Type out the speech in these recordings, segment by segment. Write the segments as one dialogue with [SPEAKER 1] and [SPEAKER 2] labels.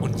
[SPEAKER 1] Und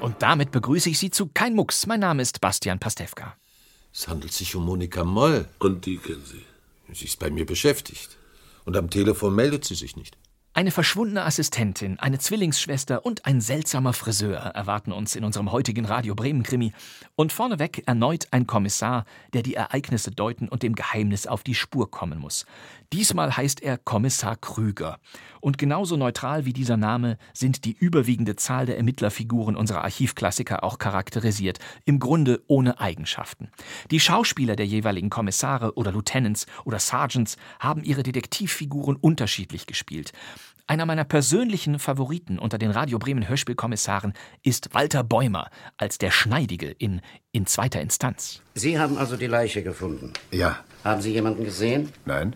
[SPEAKER 2] Und damit begrüße ich Sie zu Kein Mucks. Mein Name ist Bastian Pastewka.
[SPEAKER 3] Es handelt sich um Monika Moll.
[SPEAKER 4] Und die kennen Sie.
[SPEAKER 3] Sie ist bei mir beschäftigt. Und am Telefon meldet sie sich nicht.
[SPEAKER 2] Eine verschwundene Assistentin, eine Zwillingsschwester und ein seltsamer Friseur erwarten uns in unserem heutigen Radio Bremen Krimi. Und vorneweg erneut ein Kommissar, der die Ereignisse deuten und dem Geheimnis auf die Spur kommen muss. Diesmal heißt er Kommissar Krüger. Und genauso neutral wie dieser Name sind die überwiegende Zahl der Ermittlerfiguren unserer Archivklassiker auch charakterisiert, im Grunde ohne Eigenschaften. Die Schauspieler der jeweiligen Kommissare oder Lieutenants oder Sergeants haben ihre Detektivfiguren unterschiedlich gespielt. Einer meiner persönlichen Favoriten unter den Radio Bremen Hörspielkommissaren ist Walter Bäumer als der Schneidige in in zweiter Instanz.
[SPEAKER 5] Sie haben also die Leiche gefunden.
[SPEAKER 6] Ja.
[SPEAKER 5] Haben Sie jemanden gesehen?
[SPEAKER 6] Nein.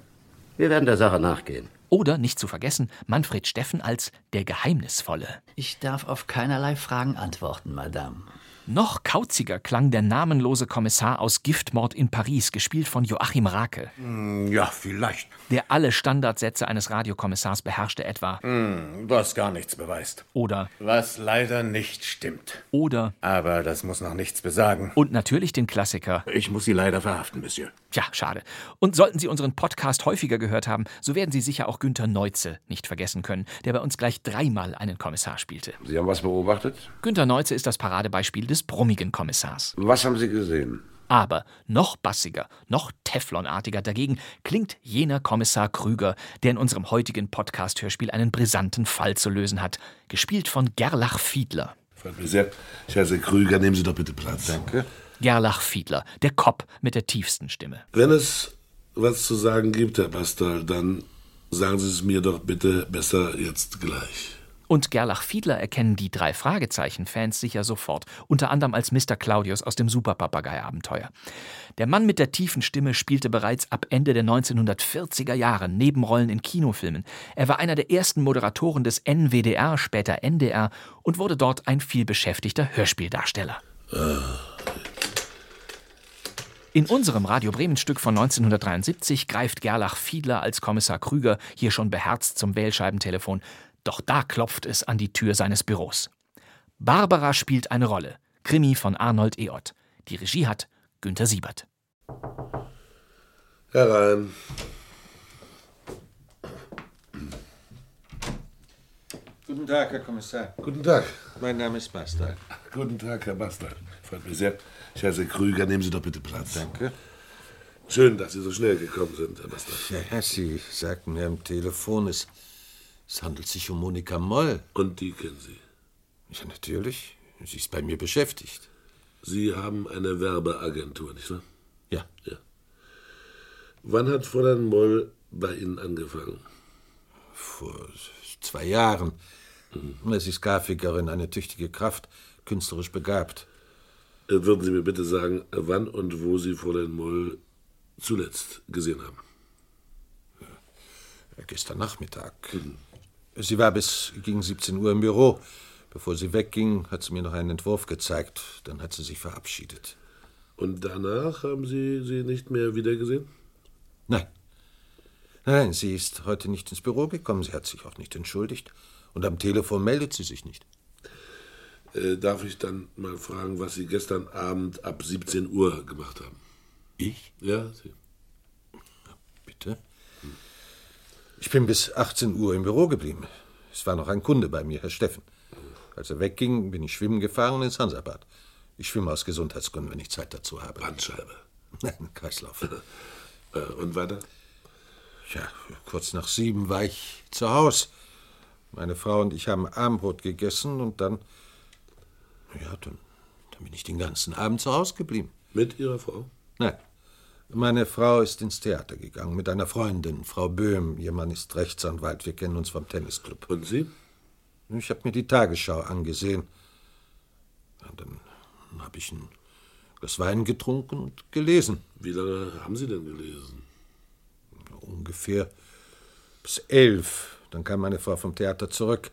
[SPEAKER 5] Wir werden der Sache nachgehen.
[SPEAKER 2] Oder nicht zu vergessen Manfred Steffen als der Geheimnisvolle.
[SPEAKER 7] Ich darf auf keinerlei Fragen antworten, Madame.
[SPEAKER 2] Noch kauziger klang der namenlose Kommissar aus Giftmord in Paris, gespielt von Joachim Rake,
[SPEAKER 4] Ja, vielleicht.
[SPEAKER 2] der alle Standardsätze eines Radiokommissars beherrschte etwa.
[SPEAKER 4] Was gar nichts beweist.
[SPEAKER 2] Oder,
[SPEAKER 4] Was leider nicht stimmt.
[SPEAKER 2] oder
[SPEAKER 4] Aber das muss noch nichts besagen.
[SPEAKER 2] und natürlich den Klassiker.
[SPEAKER 4] Ich muss Sie leider verhaften, Monsieur.
[SPEAKER 2] Tja, schade. Und sollten Sie unseren Podcast häufiger gehört haben, so werden Sie sicher auch Günther Neuze nicht vergessen können, der bei uns gleich dreimal einen Kommissar spielte.
[SPEAKER 8] Sie haben was beobachtet?
[SPEAKER 2] Günther Neuze ist das Paradebeispiel des brummigen Kommissars.
[SPEAKER 8] Was haben Sie gesehen?
[SPEAKER 2] Aber noch bassiger, noch Teflonartiger dagegen klingt jener Kommissar Krüger, der in unserem heutigen Podcast-Hörspiel einen brisanten Fall zu lösen hat, gespielt von Gerlach Fiedler.
[SPEAKER 4] Freut mich sehr. Scherze Krüger, nehmen Sie doch bitte Platz. Danke.
[SPEAKER 2] Gerlach Fiedler, der Kopf mit der tiefsten Stimme.
[SPEAKER 4] Wenn es was zu sagen gibt, Herr Pastor, dann sagen Sie es mir doch bitte besser jetzt gleich.
[SPEAKER 2] Und Gerlach Fiedler erkennen die drei Fragezeichen-Fans sicher sofort, unter anderem als Mr. Claudius aus dem Superpapagei-Abenteuer. Der Mann mit der tiefen Stimme spielte bereits ab Ende der 1940er Jahre Nebenrollen in Kinofilmen. Er war einer der ersten Moderatoren des NWDR, später NDR, und wurde dort ein vielbeschäftigter Hörspieldarsteller. In unserem Radio Bremen Stück von 1973 greift Gerlach Fiedler als Kommissar Krüger hier schon beherzt zum Wählscheibentelefon, doch da klopft es an die Tür seines Büros. Barbara spielt eine Rolle, Krimi von Arnold Eott. Die Regie hat Günther Siebert.
[SPEAKER 4] Herein.
[SPEAKER 6] Guten Tag, Herr Kommissar.
[SPEAKER 4] Guten Tag.
[SPEAKER 6] Mein Name ist Bastard.
[SPEAKER 4] Guten Tag, Herr Bastard. Freut mich sehr. Scherze Krüger, nehmen Sie doch bitte Platz.
[SPEAKER 6] Danke.
[SPEAKER 4] Schön, dass Sie so schnell gekommen sind, Herr Bastard.
[SPEAKER 3] Ja, sie sagten mir am Telefon, es, es handelt sich um Monika Moll.
[SPEAKER 4] Und die kennen Sie.
[SPEAKER 3] Ja, natürlich. Sie ist bei mir beschäftigt.
[SPEAKER 4] Sie haben eine Werbeagentur, nicht wahr?
[SPEAKER 3] Ja,
[SPEAKER 4] Wann hat Fräulein Moll bei Ihnen angefangen?
[SPEAKER 3] vor zwei Jahren.
[SPEAKER 4] Mhm.
[SPEAKER 3] Sie ist Grafikerin, eine tüchtige Kraft, künstlerisch begabt.
[SPEAKER 4] Äh, Würden Sie mir bitte sagen, wann und wo Sie Fräulein Moll zuletzt gesehen haben?
[SPEAKER 3] Gestern Nachmittag. Sie war bis gegen 17 Uhr im Büro. Bevor sie wegging, hat sie mir noch einen Entwurf gezeigt. Dann hat sie sich verabschiedet.
[SPEAKER 4] Und danach haben Sie sie nicht mehr wiedergesehen?
[SPEAKER 3] Nein. Nein, sie ist heute nicht ins Büro gekommen. Sie hat sich auch nicht entschuldigt. Und am Telefon meldet sie sich nicht.
[SPEAKER 4] Äh, darf ich dann mal fragen, was Sie gestern Abend ab 17 Uhr gemacht haben?
[SPEAKER 3] Ich?
[SPEAKER 4] Ja, Sie.
[SPEAKER 3] Bitte? Ich bin bis 18 Uhr im Büro geblieben. Es war noch ein Kunde bei mir, Herr Steffen. Als er wegging, bin ich schwimmen gefahren ins Hansabad. Ich schwimme aus Gesundheitsgründen, wenn ich Zeit dazu habe.
[SPEAKER 4] Bandscheibe.
[SPEAKER 3] Nein, Kreislauf.
[SPEAKER 4] Äh, und weiter?
[SPEAKER 3] Ja, kurz nach sieben war ich zu Haus. Meine Frau und ich haben Abendbrot gegessen und dann. Ja, dann, dann bin ich den ganzen Abend zu Haus geblieben.
[SPEAKER 4] Mit Ihrer Frau?
[SPEAKER 3] Nein. Meine Frau ist ins Theater gegangen mit einer Freundin, Frau Böhm. Ihr Mann ist Rechtsanwalt. Wir kennen uns vom Tennisclub.
[SPEAKER 4] Und Sie?
[SPEAKER 3] Ich habe mir die Tagesschau angesehen. Ja, dann habe ich einen Das Wein getrunken und gelesen.
[SPEAKER 4] Wie lange haben Sie denn gelesen?
[SPEAKER 3] Ungefähr bis elf. Dann kam meine Frau vom Theater zurück.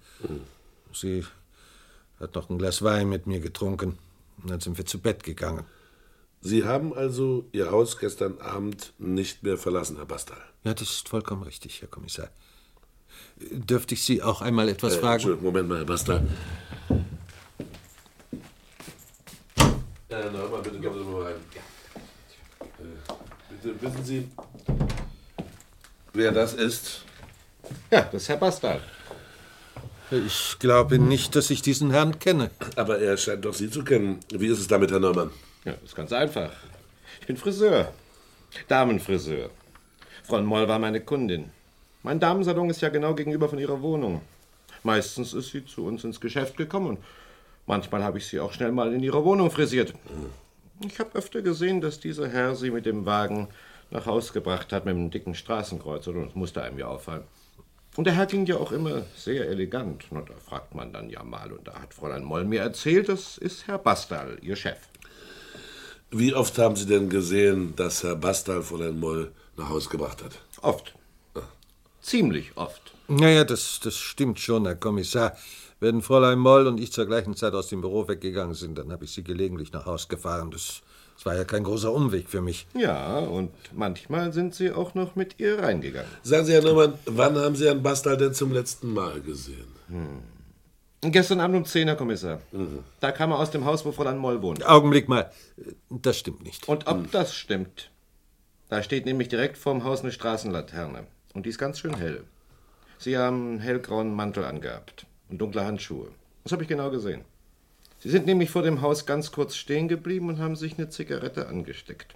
[SPEAKER 3] Sie hat noch ein Glas Wein mit mir getrunken. Und dann sind wir zu Bett gegangen.
[SPEAKER 4] Sie haben also Ihr Haus gestern Abend nicht mehr verlassen, Herr Bastal.
[SPEAKER 3] Ja, das ist vollkommen richtig, Herr Kommissar. Dürfte ich Sie auch einmal etwas
[SPEAKER 4] Äh,
[SPEAKER 3] fragen?
[SPEAKER 4] Entschuldigung, Moment mal, Herr Bastal. Herr Neumann, bitte kommen Sie Äh, mal rein. Äh, Bitte, wissen Sie, wer das ist?
[SPEAKER 6] Ja, das ist Herr Bastard.
[SPEAKER 3] Ich glaube nicht, dass ich diesen Herrn kenne.
[SPEAKER 4] Aber er scheint doch Sie zu kennen. Wie ist es damit, Herr Neumann?
[SPEAKER 6] Ja, das ist ganz einfach. Ich bin Friseur. Damenfriseur. Frau Moll war meine Kundin. Mein Damensalon ist ja genau gegenüber von ihrer Wohnung. Meistens ist sie zu uns ins Geschäft gekommen. Manchmal habe ich sie auch schnell mal in ihrer Wohnung frisiert. Ich habe öfter gesehen, dass dieser Herr sie mit dem Wagen nach Haus gebracht hat, mit einem dicken Straßenkreuz. Und das musste einem ja auffallen. Und der Herr ging ja auch immer sehr elegant. Na, da fragt man dann ja mal. Und da hat Fräulein Moll mir erzählt, das ist Herr Bastal, ihr Chef.
[SPEAKER 4] Wie oft haben Sie denn gesehen, dass Herr Bastal Fräulein Moll nach Haus gebracht hat?
[SPEAKER 6] Oft. Ziemlich oft.
[SPEAKER 3] Naja, das, das stimmt schon, Herr Kommissar. Wenn Fräulein Moll und ich zur gleichen Zeit aus dem Büro weggegangen sind, dann habe ich sie gelegentlich nach Haus gefahren. Das, das war ja kein großer Umweg für mich.
[SPEAKER 6] Ja, und manchmal sind sie auch noch mit ihr reingegangen.
[SPEAKER 4] Sagen Sie, Herr Neumann, wann haben Sie Herrn Bastal denn zum letzten Mal gesehen?
[SPEAKER 6] Gestern Abend um 10, Herr Kommissar. Da kam er aus dem Haus, wo Fräulein Moll wohnt.
[SPEAKER 3] Augenblick mal, das stimmt nicht.
[SPEAKER 6] Und ob das stimmt? Da steht nämlich direkt vorm Haus eine Straßenlaterne. Und die ist ganz schön hell. Sie haben einen hellgrauen Mantel angehabt und dunkle Handschuhe. Das habe ich genau gesehen. Sie sind nämlich vor dem Haus ganz kurz stehen geblieben und haben sich eine Zigarette angesteckt.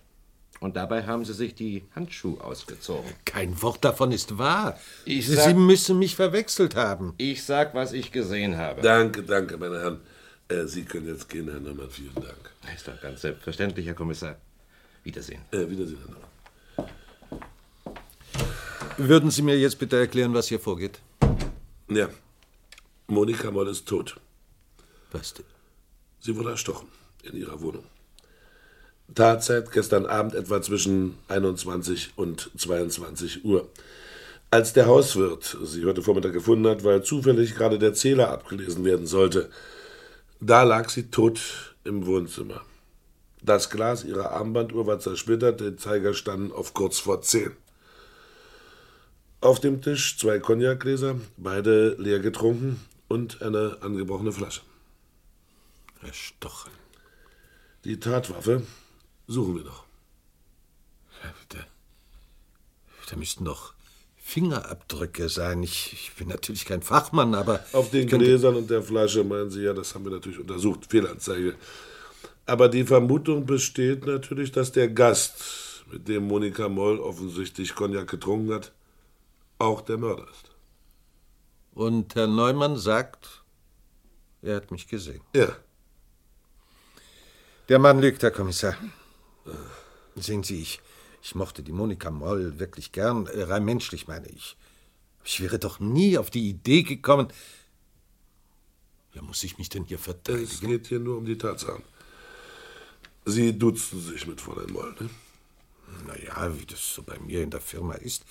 [SPEAKER 6] Und dabei haben sie sich die Handschuhe ausgezogen.
[SPEAKER 3] Kein Wort davon ist wahr.
[SPEAKER 6] Ich
[SPEAKER 3] sie
[SPEAKER 6] sag-
[SPEAKER 3] müssen mich verwechselt haben.
[SPEAKER 6] Ich sag, was ich gesehen habe.
[SPEAKER 4] Danke, danke, meine Herren. Äh, Sie können jetzt gehen, Herr Neumann. Vielen Dank.
[SPEAKER 6] Ist doch ganz selbstverständlich, Herr Kommissar. Wiedersehen.
[SPEAKER 4] Äh, Wiedersehen, Herr Neumann.
[SPEAKER 3] Würden Sie mir jetzt bitte erklären, was hier vorgeht?
[SPEAKER 4] Ja, Monika Moll ist tot.
[SPEAKER 3] Was denn?
[SPEAKER 4] Sie wurde erstochen in ihrer Wohnung. Tatzeit gestern Abend etwa zwischen 21 und 22 Uhr. Als der Hauswirt sie heute Vormittag gefunden hat, weil zufällig gerade der Zähler abgelesen werden sollte, da lag sie tot im Wohnzimmer. Das Glas ihrer Armbanduhr war zersplittert, die Zeiger standen auf kurz vor zehn. Auf dem Tisch zwei Cognacgläser, beide leer getrunken und eine angebrochene Flasche.
[SPEAKER 3] Erstochen.
[SPEAKER 4] Die Tatwaffe suchen wir noch.
[SPEAKER 3] Da, da müssten doch Fingerabdrücke sein. Ich, ich bin natürlich kein Fachmann, aber.
[SPEAKER 4] Auf den
[SPEAKER 3] ich könnte-
[SPEAKER 4] Gläsern und der Flasche meinen Sie ja, das haben wir natürlich untersucht. Fehlanzeige. Aber die Vermutung besteht natürlich, dass der Gast, mit dem Monika Moll offensichtlich Cognac getrunken hat, auch der Mörder ist.
[SPEAKER 3] Und Herr Neumann sagt, er hat mich gesehen.
[SPEAKER 4] Ja.
[SPEAKER 3] Der Mann lügt, Herr Kommissar. Sehen Sie, ich, ich mochte die Monika Moll wirklich gern, äh, rein menschlich meine ich. Ich wäre doch nie auf die Idee gekommen. Ja, muss ich mich denn hier
[SPEAKER 4] Es
[SPEAKER 3] verteidigen?
[SPEAKER 4] geht hier nur um die Tatsachen. Sie duzten sich mit Fräulein Moll, ne?
[SPEAKER 3] Naja, wie das so bei mir in der Firma ist.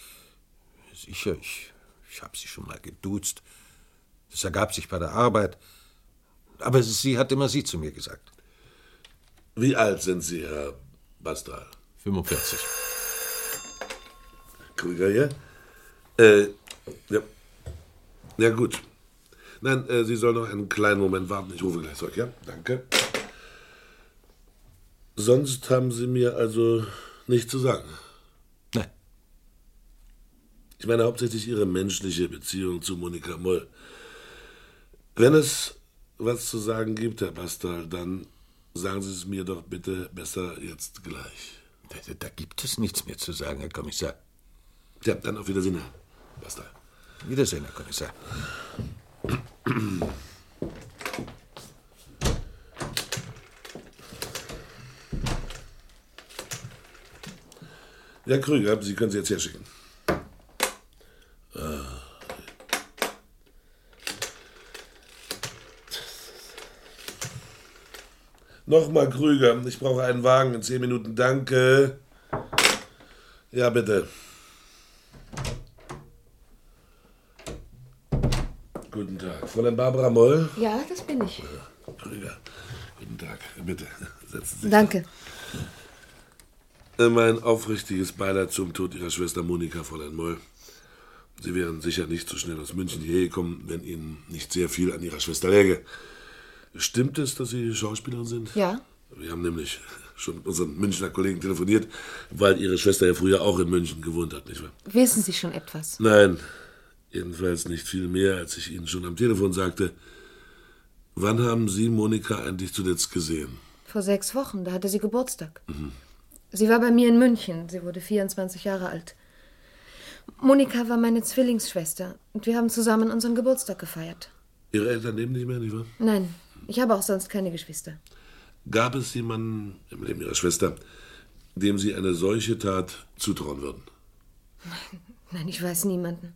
[SPEAKER 3] Sicher, ich, ich habe sie schon mal geduzt. Das ergab sich bei der Arbeit. Aber sie hat immer sie zu mir gesagt.
[SPEAKER 4] Wie alt sind Sie, Herr Bastal?
[SPEAKER 1] 45.
[SPEAKER 4] Krüger hier. Äh, ja. Ja, gut. Nein, äh, Sie soll noch einen kleinen Moment warten. Ich rufe gleich zurück, ja? Danke. Sonst haben Sie mir also nichts zu sagen.
[SPEAKER 3] Nein.
[SPEAKER 4] Ich meine hauptsächlich Ihre menschliche Beziehung zu Monika Moll. Wenn es was zu sagen gibt, Herr Bastal, dann sagen Sie es mir doch bitte besser jetzt gleich.
[SPEAKER 3] Da, da gibt es nichts mehr zu sagen, Herr Kommissar.
[SPEAKER 4] Ja, dann auf Wiedersehen, Herr Bastal.
[SPEAKER 3] Wiedersehen, Herr Kommissar.
[SPEAKER 4] Ja, Krüger, Sie können sie jetzt herschicken. Äh. Nochmal Krüger, ich brauche einen Wagen in zehn Minuten, danke. Ja, bitte. Guten Tag. Fräulein Barbara Moll.
[SPEAKER 9] Ja, das bin ich.
[SPEAKER 4] Krüger. Guten Tag. Bitte, setzen Sie sich.
[SPEAKER 9] Danke.
[SPEAKER 4] Äh, Mein aufrichtiges Beileid zum Tod Ihrer Schwester Monika, Fräulein Moll. Sie wären sicher nicht so schnell aus München hierher gekommen, wenn Ihnen nicht sehr viel an Ihrer Schwester läge. Stimmt es, dass Sie Schauspielerin sind?
[SPEAKER 9] Ja.
[SPEAKER 4] Wir haben nämlich schon mit unseren Münchner Kollegen telefoniert, weil Ihre Schwester ja früher auch in München gewohnt hat, nicht wahr?
[SPEAKER 9] Wissen Sie schon etwas?
[SPEAKER 4] Nein, jedenfalls nicht viel mehr, als ich Ihnen schon am Telefon sagte. Wann haben Sie Monika eigentlich zuletzt gesehen?
[SPEAKER 9] Vor sechs Wochen, da hatte sie Geburtstag.
[SPEAKER 4] Mhm.
[SPEAKER 9] Sie war bei mir in München. Sie wurde 24 Jahre alt. Monika war meine Zwillingsschwester und wir haben zusammen unseren Geburtstag gefeiert.
[SPEAKER 4] Ihre Eltern leben nicht mehr, nicht wahr?
[SPEAKER 9] Nein, ich habe auch sonst keine Geschwister.
[SPEAKER 4] Gab es jemanden im Leben Ihrer Schwester, dem Sie eine solche Tat zutrauen würden?
[SPEAKER 9] Nein, ich weiß niemanden.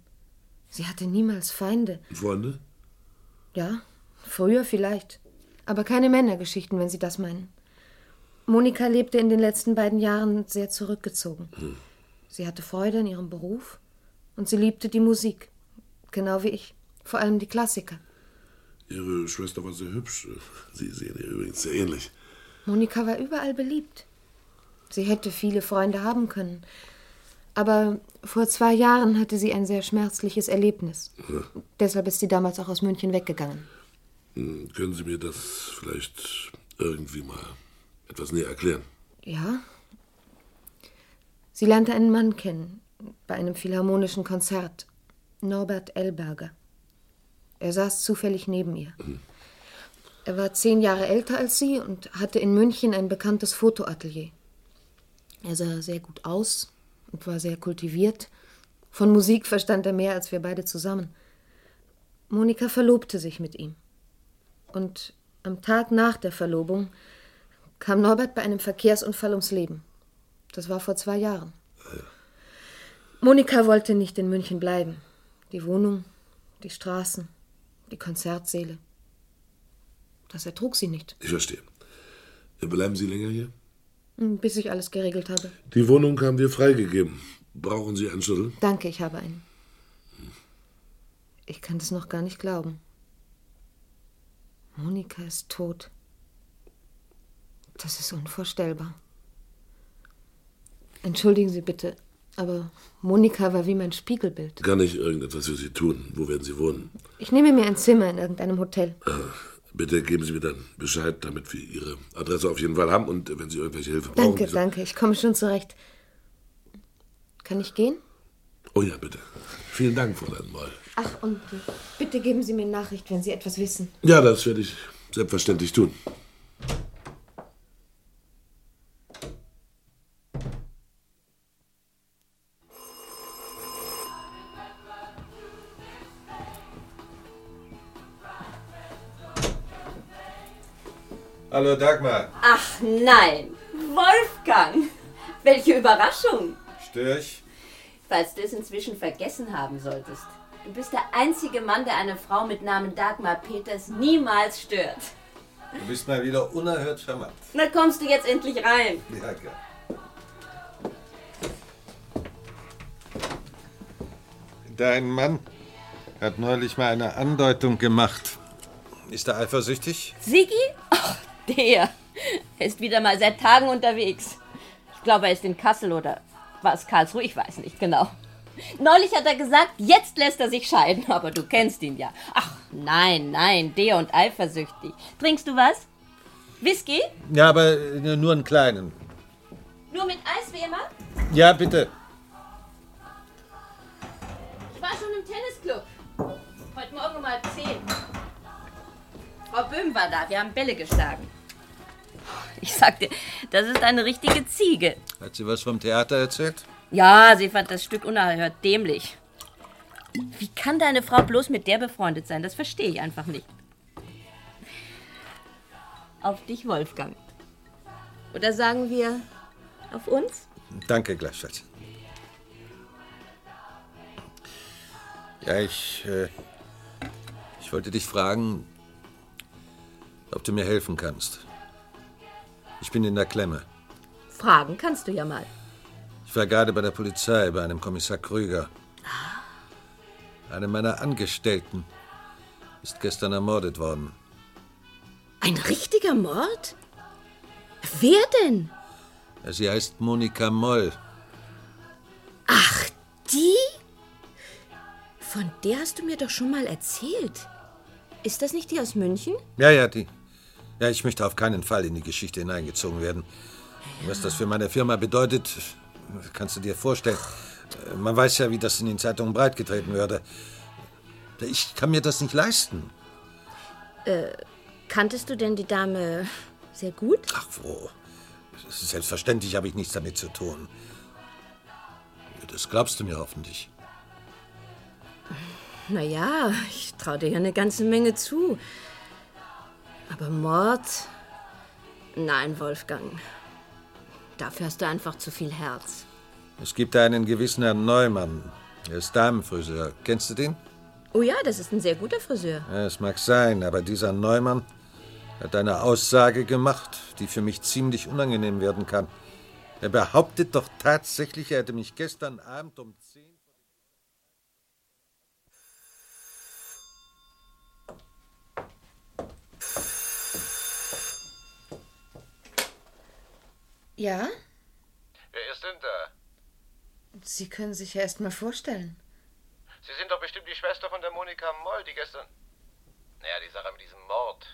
[SPEAKER 9] Sie hatte niemals Feinde.
[SPEAKER 4] Freunde?
[SPEAKER 9] Ja, früher vielleicht. Aber keine Männergeschichten, wenn Sie das meinen. Monika lebte in den letzten beiden Jahren sehr zurückgezogen.
[SPEAKER 4] Hm.
[SPEAKER 9] Sie hatte Freude an ihrem Beruf und sie liebte die Musik. Genau wie ich. Vor allem die Klassiker.
[SPEAKER 4] Ihre Schwester war sehr hübsch. Sie sehen ihr übrigens sehr ähnlich.
[SPEAKER 9] Monika war überall beliebt. Sie hätte viele Freunde haben können. Aber vor zwei Jahren hatte sie ein sehr schmerzliches Erlebnis.
[SPEAKER 4] Ja.
[SPEAKER 9] Deshalb ist sie damals auch aus München weggegangen.
[SPEAKER 4] Hm, Können Sie mir das vielleicht irgendwie mal etwas näher erklären?
[SPEAKER 9] Ja? Sie lernte einen Mann kennen bei einem philharmonischen Konzert. Norbert Ellberger. Er saß zufällig neben ihr. Er war zehn Jahre älter als sie und hatte in München ein bekanntes Fotoatelier. Er sah sehr gut aus und war sehr kultiviert. Von Musik verstand er mehr als wir beide zusammen. Monika verlobte sich mit ihm. Und am Tag nach der Verlobung kam Norbert bei einem Verkehrsunfall ums Leben. Das war vor zwei Jahren. Monika wollte nicht in München bleiben. Die Wohnung, die Straßen, die Konzertsäle. Das ertrug sie nicht,
[SPEAKER 4] Ich verstehe. Bleiben Sie länger hier?
[SPEAKER 9] bis ich alles geregelt habe.
[SPEAKER 4] Die Wohnung haben wir freigegeben. Brauchen Sie einen Schlüssel?
[SPEAKER 9] Danke, ich habe einen. Ich kann das noch gar nicht glauben. Monika ist tot. Das ist unvorstellbar. Entschuldigen Sie bitte, aber Monika war wie mein Spiegelbild.
[SPEAKER 4] Kann ich irgendetwas für Sie tun? Wo werden Sie wohnen?
[SPEAKER 9] Ich nehme mir ein Zimmer in irgendeinem Hotel.
[SPEAKER 4] Äh, Bitte geben Sie mir dann Bescheid, damit wir Ihre Adresse auf jeden Fall haben und äh, wenn Sie irgendwelche Hilfe brauchen.
[SPEAKER 9] Danke,
[SPEAKER 4] ich so-
[SPEAKER 9] danke, ich komme schon zurecht. Kann ich gehen?
[SPEAKER 4] Oh ja, bitte. Vielen Dank, Fräulein Moll.
[SPEAKER 9] Ach, und äh, bitte geben Sie mir Nachricht, wenn Sie etwas wissen.
[SPEAKER 4] Ja, das werde ich selbstverständlich tun.
[SPEAKER 3] Hallo Dagmar.
[SPEAKER 10] Ach nein, Wolfgang! Welche Überraschung!
[SPEAKER 3] Störch.
[SPEAKER 10] Falls du es inzwischen vergessen haben solltest. Du bist der einzige Mann, der eine Frau mit Namen Dagmar Peters niemals stört.
[SPEAKER 3] Du bist mal wieder unerhört charmant.
[SPEAKER 10] Na kommst du jetzt endlich rein.
[SPEAKER 3] Ja, klar.
[SPEAKER 6] Dein Mann hat neulich mal eine Andeutung gemacht.
[SPEAKER 3] Ist er eifersüchtig?
[SPEAKER 10] Siggi? Ach, der. Er ist wieder mal seit Tagen unterwegs. Ich glaube, er ist in Kassel oder war es Karlsruhe? Ich weiß nicht genau. Neulich hat er gesagt, jetzt lässt er sich scheiden, aber du kennst ihn ja. Ach, nein, nein, der und eifersüchtig. Trinkst du was? Whisky?
[SPEAKER 3] Ja, aber äh, nur einen kleinen.
[SPEAKER 10] Nur mit Eis wie immer?
[SPEAKER 3] Ja, bitte.
[SPEAKER 10] Ich war schon im Tennisclub. Heute Morgen um halb zehn. Frau Böhm war da, wir haben Bälle geschlagen. Ich sagte, das ist eine richtige Ziege.
[SPEAKER 3] Hat sie was vom Theater erzählt?
[SPEAKER 10] Ja, sie fand das Stück unerhört dämlich. Wie kann deine Frau bloß mit der befreundet sein? Das verstehe ich einfach nicht. Auf dich, Wolfgang. Oder sagen wir auf uns?
[SPEAKER 3] Danke gleichfalls. Ja, ich, äh, ich wollte dich fragen, ob du mir helfen kannst. Ich bin in der Klemme.
[SPEAKER 10] Fragen kannst du ja mal.
[SPEAKER 3] Ich war gerade bei der Polizei, bei einem Kommissar Krüger. Einem meiner Angestellten ist gestern ermordet worden.
[SPEAKER 11] Ein richtiger Mord? Wer denn?
[SPEAKER 3] Sie heißt Monika Moll.
[SPEAKER 11] Ach, die? Von der hast du mir doch schon mal erzählt. Ist das nicht die aus München?
[SPEAKER 3] Ja, ja, die. Ja, ich möchte auf keinen Fall in die Geschichte hineingezogen werden. Was das für meine Firma bedeutet, kannst du dir vorstellen. Äh, Man weiß ja, wie das in den Zeitungen breitgetreten würde. Ich kann mir das nicht leisten.
[SPEAKER 11] Äh, kanntest du denn die Dame sehr gut?
[SPEAKER 3] Ach, wo? Selbstverständlich habe ich nichts damit zu tun. Das glaubst du mir hoffentlich.
[SPEAKER 11] Naja, ich traue dir ja eine ganze Menge zu. Aber Mord? Nein, Wolfgang. Dafür hast du einfach zu viel Herz.
[SPEAKER 3] Es gibt da einen gewissen Herrn Neumann. Er ist Damenfriseur. Kennst du den?
[SPEAKER 11] Oh ja, das ist ein sehr guter Friseur.
[SPEAKER 3] Ja, es mag sein, aber dieser Neumann hat eine Aussage gemacht, die für mich ziemlich unangenehm werden kann. Er behauptet doch tatsächlich, er hätte mich gestern Abend um 10
[SPEAKER 9] Ja?
[SPEAKER 6] Wer ist denn da?
[SPEAKER 9] Sie können sich ja erst mal vorstellen.
[SPEAKER 6] Sie sind doch bestimmt die Schwester von der Monika Moll, die gestern. Naja, die Sache mit diesem Mord.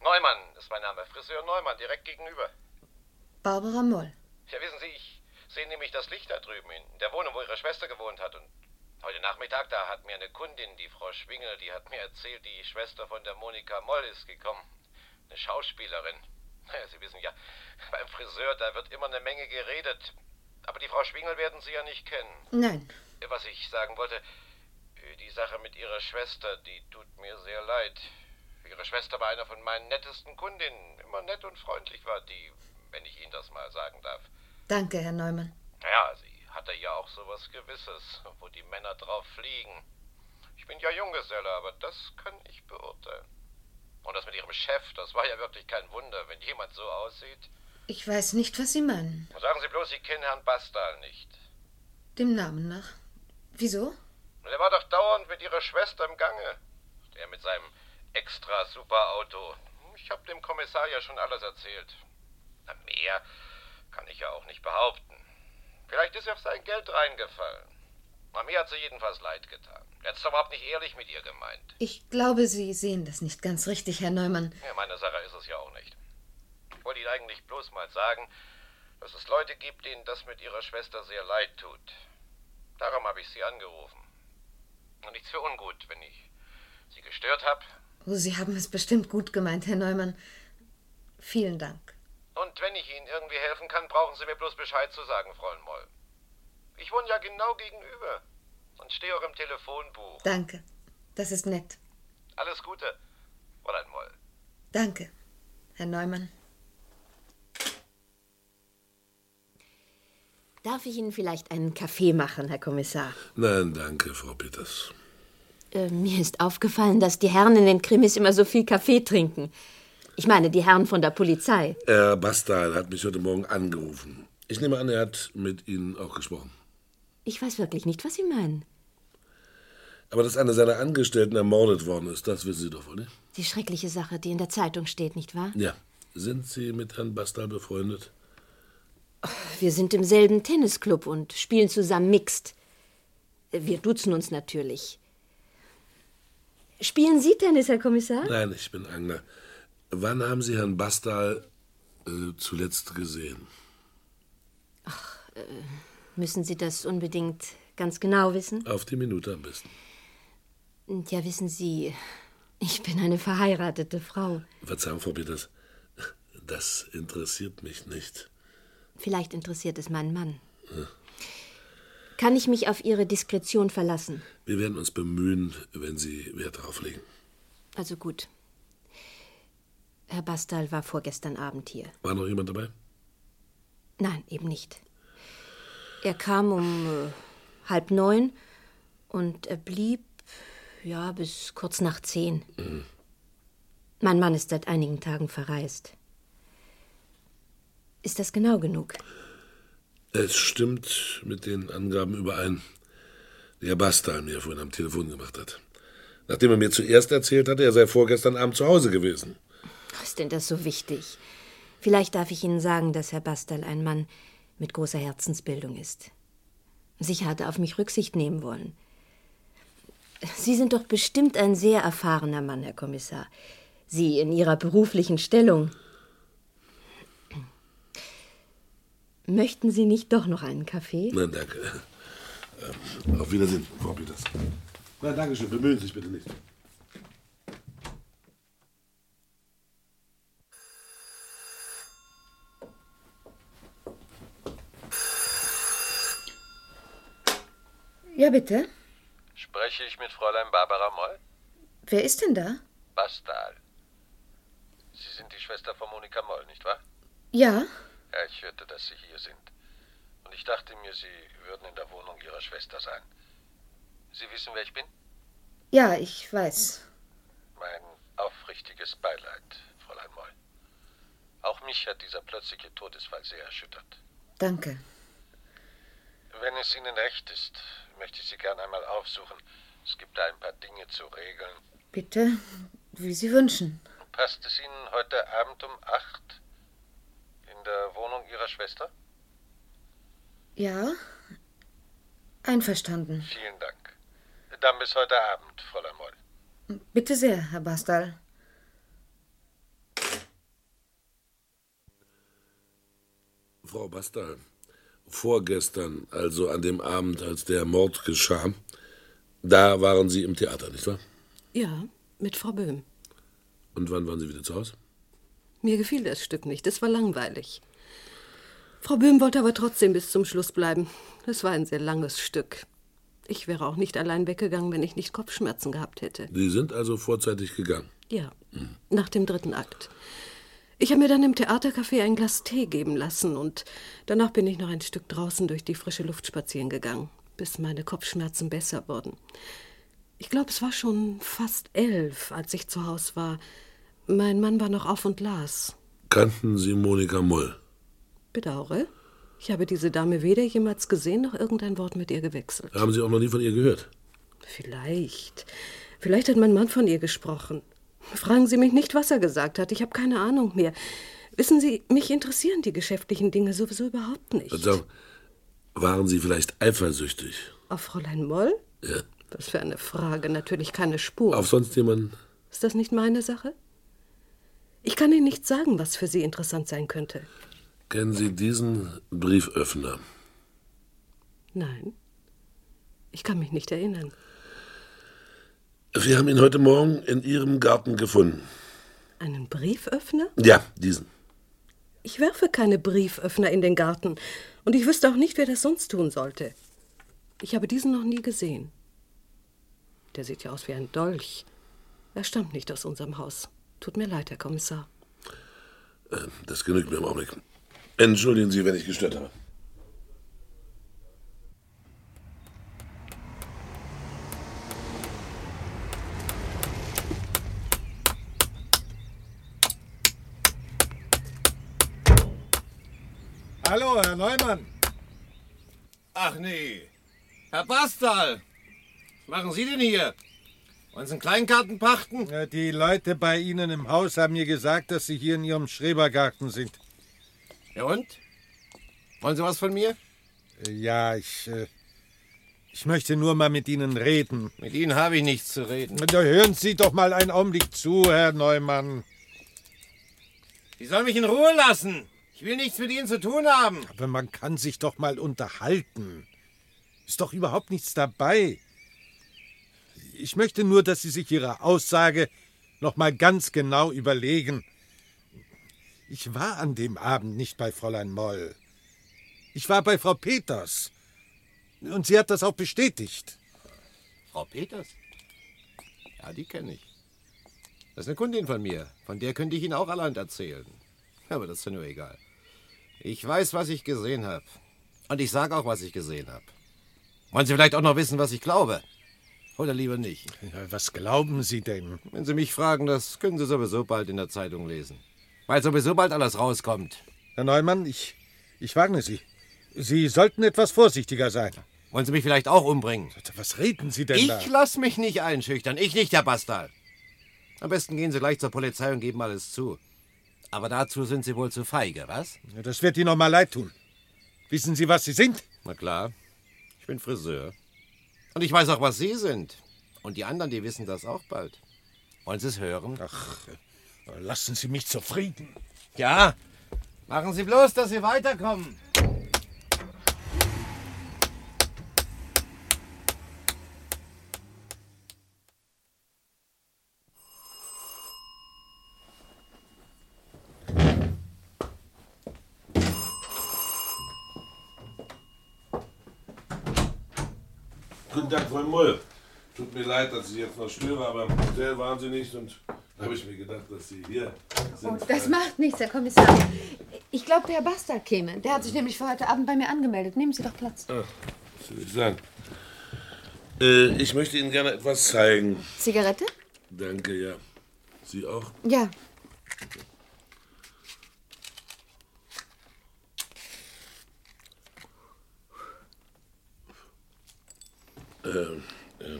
[SPEAKER 6] Neumann ist mein Name, Friseur Neumann, direkt gegenüber.
[SPEAKER 9] Barbara Moll.
[SPEAKER 6] Ja, wissen Sie, ich sehe nämlich das Licht da drüben in der Wohnung, wo Ihre Schwester gewohnt hat. Und heute Nachmittag, da hat mir eine Kundin, die Frau Schwingel, die hat mir erzählt, die Schwester von der Monika Moll ist gekommen. Eine Schauspielerin. Naja, Sie wissen ja, beim Friseur, da wird immer eine Menge geredet. Aber die Frau Schwingel werden Sie ja nicht kennen.
[SPEAKER 9] Nein.
[SPEAKER 6] Was ich sagen wollte, äh, die Sache mit Ihrer Schwester, die tut mir sehr leid. Ihre Schwester war einer von meinen nettesten Kundinnen. Immer nett und freundlich war die, wenn ich Ihnen das mal sagen darf.
[SPEAKER 9] Danke, Herr Neumann.
[SPEAKER 6] Naja, sie hatte ja auch sowas Gewisses, wo die Männer drauf fliegen. Ich bin ja Junggeselle, aber das kann ich beurteilen. Und das mit ihrem Chef, das war ja wirklich kein Wunder, wenn jemand so aussieht.
[SPEAKER 9] Ich weiß nicht, was Sie meinen.
[SPEAKER 6] Sagen Sie bloß, Sie kennen Herrn Bastal nicht.
[SPEAKER 9] Dem Namen nach. Wieso?
[SPEAKER 6] Der war doch dauernd mit ihrer Schwester im Gange. Der mit seinem extra super Auto. Ich hab dem Kommissar ja schon alles erzählt. Na, mehr kann ich ja auch nicht behaupten. Vielleicht ist er auf sein Geld reingefallen. Na, mir hat sie jedenfalls leid getan. Er hat's überhaupt nicht ehrlich mit ihr gemeint.
[SPEAKER 9] Ich glaube, Sie sehen das nicht ganz richtig, Herr Neumann.
[SPEAKER 6] Ja, meine Sache ist es ja auch nicht. Ich wollte Ihnen eigentlich bloß mal sagen, dass es Leute gibt, denen das mit ihrer Schwester sehr leid tut. Darum habe ich Sie angerufen. Und nichts für ungut, wenn ich Sie gestört habe.
[SPEAKER 9] Oh, Sie haben es bestimmt gut gemeint, Herr Neumann. Vielen Dank.
[SPEAKER 6] Und wenn ich Ihnen irgendwie helfen kann, brauchen Sie mir bloß Bescheid zu sagen, Fräulein Moll. Ich wohne ja genau gegenüber und stehe auch im Telefonbuch.
[SPEAKER 9] Danke. Das ist nett.
[SPEAKER 6] Alles Gute, Fräulein Moll.
[SPEAKER 9] Danke, Herr Neumann.
[SPEAKER 11] Darf ich Ihnen vielleicht einen Kaffee machen, Herr Kommissar?
[SPEAKER 4] Nein, danke, Frau Peters.
[SPEAKER 11] Äh, mir ist aufgefallen, dass die Herren in den Krimis immer so viel Kaffee trinken. Ich meine, die Herren von der Polizei.
[SPEAKER 4] Herr Bastal hat mich heute Morgen angerufen. Ich nehme an, er hat mit Ihnen auch gesprochen.
[SPEAKER 11] Ich weiß wirklich nicht, was Sie meinen.
[SPEAKER 4] Aber dass einer seiner Angestellten ermordet worden ist, das wissen Sie doch wohl, ne?
[SPEAKER 11] Die schreckliche Sache, die in der Zeitung steht, nicht wahr?
[SPEAKER 4] Ja. Sind Sie mit Herrn Bastal befreundet?
[SPEAKER 11] Wir sind im selben Tennisclub und spielen zusammen mixed. Wir duzen uns natürlich. Spielen Sie Tennis, Herr Kommissar?
[SPEAKER 4] Nein, ich bin Angler. Wann haben Sie Herrn Bastal äh, zuletzt gesehen?
[SPEAKER 11] Äh, müssen Sie das unbedingt ganz genau wissen?
[SPEAKER 4] Auf die Minute am besten.
[SPEAKER 11] Ja, wissen Sie, ich bin eine verheiratete Frau.
[SPEAKER 4] Verzeihung, Frau Peters. Das interessiert mich nicht.
[SPEAKER 11] Vielleicht interessiert es meinen Mann.
[SPEAKER 4] Ja.
[SPEAKER 11] Kann ich mich auf Ihre Diskretion verlassen?
[SPEAKER 4] Wir werden uns bemühen, wenn Sie Wert darauf legen.
[SPEAKER 11] Also gut. Herr Bastal war vorgestern Abend hier.
[SPEAKER 4] War noch jemand dabei?
[SPEAKER 11] Nein, eben nicht. Er kam um äh, halb neun und er blieb, ja, bis kurz nach zehn.
[SPEAKER 4] Mhm.
[SPEAKER 11] Mein Mann ist seit einigen Tagen verreist.
[SPEAKER 12] Ist das genau genug?
[SPEAKER 4] Es stimmt mit den Angaben überein, die Herr Bastal mir vorhin am Telefon gemacht hat. Nachdem er mir zuerst erzählt hatte, er sei vorgestern Abend zu Hause gewesen.
[SPEAKER 12] Ist denn das so wichtig? Vielleicht darf ich Ihnen sagen, dass Herr Bastel ein Mann mit großer Herzensbildung ist. Sicher hat er auf mich Rücksicht nehmen wollen. Sie sind doch bestimmt ein sehr erfahrener Mann, Herr Kommissar. Sie in Ihrer beruflichen Stellung. Möchten Sie nicht doch noch einen Kaffee?
[SPEAKER 4] Nein, Ne, danke. Ähm, auf Wiedersehen, Frau Peters. Nein, danke schön. Bemühen Sie sich bitte nicht.
[SPEAKER 9] Ja, bitte?
[SPEAKER 3] Spreche ich mit Fräulein Barbara Moll?
[SPEAKER 9] Wer ist denn da?
[SPEAKER 3] Bastal. Sie sind die Schwester von Monika Moll, nicht wahr?
[SPEAKER 9] Ja,
[SPEAKER 3] Ja, ich hörte, dass Sie hier sind. Und ich dachte mir, Sie würden in der Wohnung Ihrer Schwester sein. Sie wissen, wer ich bin?
[SPEAKER 9] ja, ich weiß.
[SPEAKER 3] Mein aufrichtiges Beileid, Fräulein Moll. Auch mich hat dieser plötzliche Todesfall sehr erschüttert.
[SPEAKER 9] Danke.
[SPEAKER 3] Wenn es Ihnen recht ist, möchte ich Sie gerne einmal aufsuchen. Es gibt da ein paar Dinge zu regeln.
[SPEAKER 9] Bitte, wie Sie wünschen.
[SPEAKER 3] Passt es Ihnen heute Abend um acht in der Wohnung Ihrer Schwester?
[SPEAKER 9] Ja? Einverstanden.
[SPEAKER 3] Vielen Dank. Dann bis heute Abend, Fräulein Moll.
[SPEAKER 9] Bitte sehr, Herr Bastal.
[SPEAKER 4] Frau Bastal, vorgestern, also an dem Abend, als der Mord geschah, da waren Sie im Theater, nicht wahr?
[SPEAKER 11] Ja, mit Frau Böhm.
[SPEAKER 4] Und wann waren Sie wieder zu Hause?
[SPEAKER 11] Mir gefiel das Stück nicht, es war langweilig. Frau Böhm wollte aber trotzdem bis zum Schluss bleiben. Es war ein sehr langes Stück. Ich wäre auch nicht allein weggegangen, wenn ich nicht Kopfschmerzen gehabt hätte.
[SPEAKER 4] Sie sind also vorzeitig gegangen.
[SPEAKER 11] Ja, nach dem dritten Akt. Ich habe mir dann im Theatercafé ein Glas Tee geben lassen und danach bin ich noch ein Stück draußen durch die frische Luft spazieren gegangen, bis meine Kopfschmerzen besser wurden. Ich glaube, es war schon fast elf, als ich zu Hause war. Mein Mann war noch auf und las.
[SPEAKER 4] Kannten Sie Monika Moll?
[SPEAKER 11] Bedauere. Ich habe diese Dame weder jemals gesehen noch irgendein Wort mit ihr gewechselt.
[SPEAKER 4] Haben Sie auch noch nie von ihr gehört?
[SPEAKER 11] Vielleicht. Vielleicht hat mein Mann von ihr gesprochen. Fragen Sie mich nicht, was er gesagt hat. Ich habe keine Ahnung mehr. Wissen Sie, mich interessieren die geschäftlichen Dinge sowieso überhaupt nicht.
[SPEAKER 4] Also, waren Sie vielleicht eifersüchtig?
[SPEAKER 11] Auf Fräulein Moll?
[SPEAKER 4] Ja.
[SPEAKER 11] Was für eine Frage. Natürlich keine Spur.
[SPEAKER 4] Auf sonst jemanden?
[SPEAKER 11] Ist das nicht meine Sache? Ich kann Ihnen nicht sagen, was für Sie interessant sein könnte.
[SPEAKER 4] Kennen Sie diesen Brieföffner?
[SPEAKER 11] Nein. Ich kann mich nicht erinnern.
[SPEAKER 4] Wir haben ihn heute Morgen in Ihrem Garten gefunden.
[SPEAKER 11] Einen Brieföffner?
[SPEAKER 4] Ja, diesen.
[SPEAKER 11] Ich werfe keine Brieföffner in den Garten. Und ich wüsste auch nicht, wer das sonst tun sollte. Ich habe diesen noch nie gesehen. Der sieht ja aus wie ein Dolch. Er stammt nicht aus unserem Haus. Tut mir leid, Herr Kommissar.
[SPEAKER 4] Äh, Das genügt mir im Augenblick. Entschuldigen Sie, wenn ich gestört habe.
[SPEAKER 13] Hallo, Herr Neumann. Ach nee. Herr Bastal. Was machen Sie denn hier? Wollen Sie einen Kleingarten pachten?
[SPEAKER 14] Die Leute bei Ihnen im Haus haben mir gesagt, dass Sie hier in Ihrem Schrebergarten sind.
[SPEAKER 13] Ja und? Wollen Sie was von mir?
[SPEAKER 14] Ja, ich. äh, Ich möchte nur mal mit Ihnen reden.
[SPEAKER 13] Mit Ihnen habe ich nichts zu reden.
[SPEAKER 14] Da hören Sie doch mal einen Augenblick zu, Herr Neumann.
[SPEAKER 13] Sie sollen mich in Ruhe lassen. Ich will nichts mit Ihnen zu tun haben.
[SPEAKER 14] Aber man kann sich doch mal unterhalten. Ist doch überhaupt nichts dabei. Ich möchte nur, dass Sie sich Ihre Aussage noch mal ganz genau überlegen. Ich war an dem Abend nicht bei Fräulein Moll. Ich war bei Frau Peters. Und sie hat das auch bestätigt.
[SPEAKER 13] Frau Peters? Ja, die kenne ich. Das ist eine Kundin von mir. Von der könnte ich Ihnen auch allerhand erzählen. Aber das ist ja nur egal. Ich weiß, was ich gesehen habe. Und ich sage auch, was ich gesehen habe. Wollen Sie vielleicht auch noch wissen, was ich glaube? Oder lieber nicht?
[SPEAKER 14] Was glauben Sie denn?
[SPEAKER 13] Wenn Sie mich fragen, das können Sie sowieso bald in der Zeitung lesen. Weil sowieso bald alles rauskommt.
[SPEAKER 15] Herr Neumann, ich, ich warne Sie. Sie sollten etwas vorsichtiger sein.
[SPEAKER 13] Wollen Sie mich vielleicht auch umbringen?
[SPEAKER 15] Was reden Sie denn da?
[SPEAKER 13] Ich lass mich nicht einschüchtern. Ich nicht, Herr Bastard. Am besten gehen Sie gleich zur Polizei und geben alles zu. Aber dazu sind Sie wohl zu feige, was?
[SPEAKER 15] Ja, Das wird Ihnen noch mal leid tun. Wissen Sie, was Sie sind?
[SPEAKER 13] Na klar. Ich bin Friseur. Und ich weiß auch, was Sie sind. Und die anderen, die wissen das auch bald. Wollen Sie es hören?
[SPEAKER 15] Ach, lassen Sie mich zufrieden.
[SPEAKER 13] Ja. Machen Sie bloß, dass Sie weiterkommen.
[SPEAKER 4] Guten Tag, Frau Moll. Tut mir leid, dass ich jetzt noch störe, aber im Hotel waren Sie nicht und da habe ich mir gedacht, dass Sie hier sind.
[SPEAKER 9] Oh, das macht nichts, Herr Kommissar. Ich glaube, der Herr Bastard käme. Der hat sich nämlich für heute Abend bei mir angemeldet. Nehmen Sie doch Platz.
[SPEAKER 4] Ach, was soll ich sagen? Äh, ich möchte Ihnen gerne etwas zeigen.
[SPEAKER 9] Zigarette?
[SPEAKER 4] Danke, ja. Sie auch?
[SPEAKER 9] Ja.
[SPEAKER 4] Ähm, äh.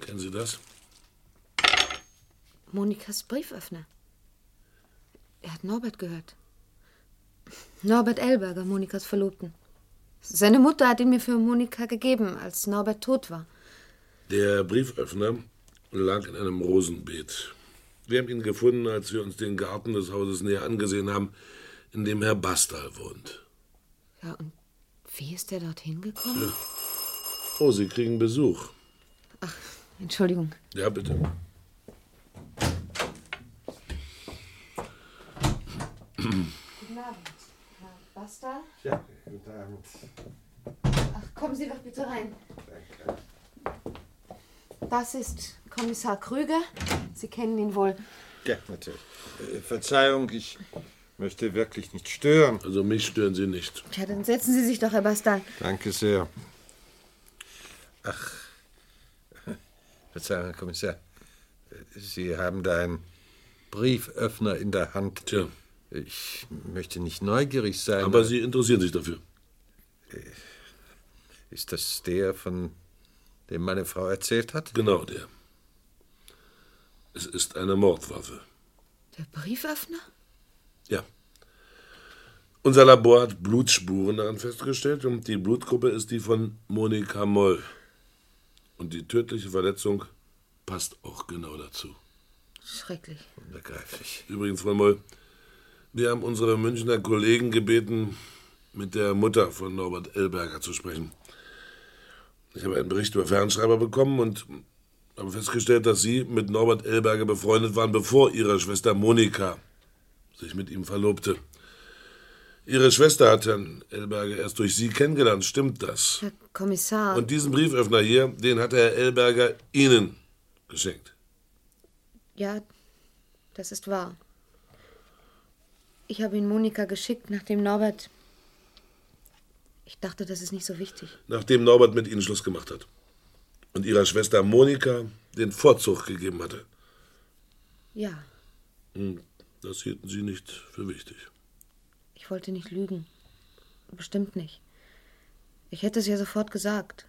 [SPEAKER 4] Kennen Sie das?
[SPEAKER 9] Monikas Brieföffner. Er hat Norbert gehört. Norbert Elberger, Monikas Verlobten. Seine Mutter hat ihn mir für Monika gegeben, als Norbert tot war.
[SPEAKER 4] Der Brieföffner lag in einem Rosenbeet. Wir haben ihn gefunden, als wir uns den Garten des Hauses näher angesehen haben, in dem Herr Bastal wohnt.
[SPEAKER 9] Ja, und wie ist er dorthin gekommen?
[SPEAKER 4] Oh, Sie kriegen Besuch.
[SPEAKER 9] Entschuldigung.
[SPEAKER 4] Ja, bitte.
[SPEAKER 9] Guten Abend, Herr Bastard.
[SPEAKER 6] Ja, guten Abend.
[SPEAKER 9] Ach, kommen Sie doch bitte rein. Das ist Kommissar Krüger. Sie kennen ihn wohl.
[SPEAKER 15] Ja, natürlich. Äh, Verzeihung, ich möchte wirklich nicht stören.
[SPEAKER 4] Also mich stören Sie nicht.
[SPEAKER 9] Tja, dann setzen Sie sich doch, Herr Bastard.
[SPEAKER 15] Danke sehr. Ach, Verzeihung, Herr Kommissar. Äh, Sie haben da einen Brieföffner in der Hand.
[SPEAKER 4] Tja.
[SPEAKER 15] Ich möchte nicht neugierig sein.
[SPEAKER 4] Aber Sie interessieren sich dafür.
[SPEAKER 15] Ist das der, von dem meine Frau erzählt hat?
[SPEAKER 4] Genau der. Es ist eine Mordwaffe.
[SPEAKER 9] Der Brieföffner?
[SPEAKER 4] Unser Labor hat Blutspuren daran festgestellt und die Blutgruppe ist die von Monika Moll. Und die tödliche Verletzung passt auch genau dazu.
[SPEAKER 9] Schrecklich.
[SPEAKER 4] Unbegreiflich. Übrigens, Frau Moll, wir haben unsere Münchner Kollegen gebeten, mit der Mutter von Norbert Elberger zu sprechen. Ich habe einen Bericht über Fernschreiber bekommen und habe festgestellt, dass Sie mit Norbert Elberger befreundet waren, bevor Ihre Schwester Monika sich mit ihm verlobte. Ihre Schwester hat Herrn Elberger erst durch Sie kennengelernt, stimmt das?
[SPEAKER 9] Herr Kommissar.
[SPEAKER 4] Und diesen Brieföffner hier, den hat Herr Elberger Ihnen geschenkt.
[SPEAKER 9] Ja, das ist wahr. Ich habe ihn Monika geschickt, nachdem Norbert. Ich dachte, das ist nicht so wichtig.
[SPEAKER 4] nachdem Norbert mit ihnen Schluss gemacht hat und ihrer Schwester Monika den Vorzug gegeben hatte.
[SPEAKER 9] Ja,
[SPEAKER 4] Hm, Das hielten sie nicht für wichtig.
[SPEAKER 9] ich wollte nicht lügen. Bestimmt nicht. Ich hätte es ja sofort gesagt.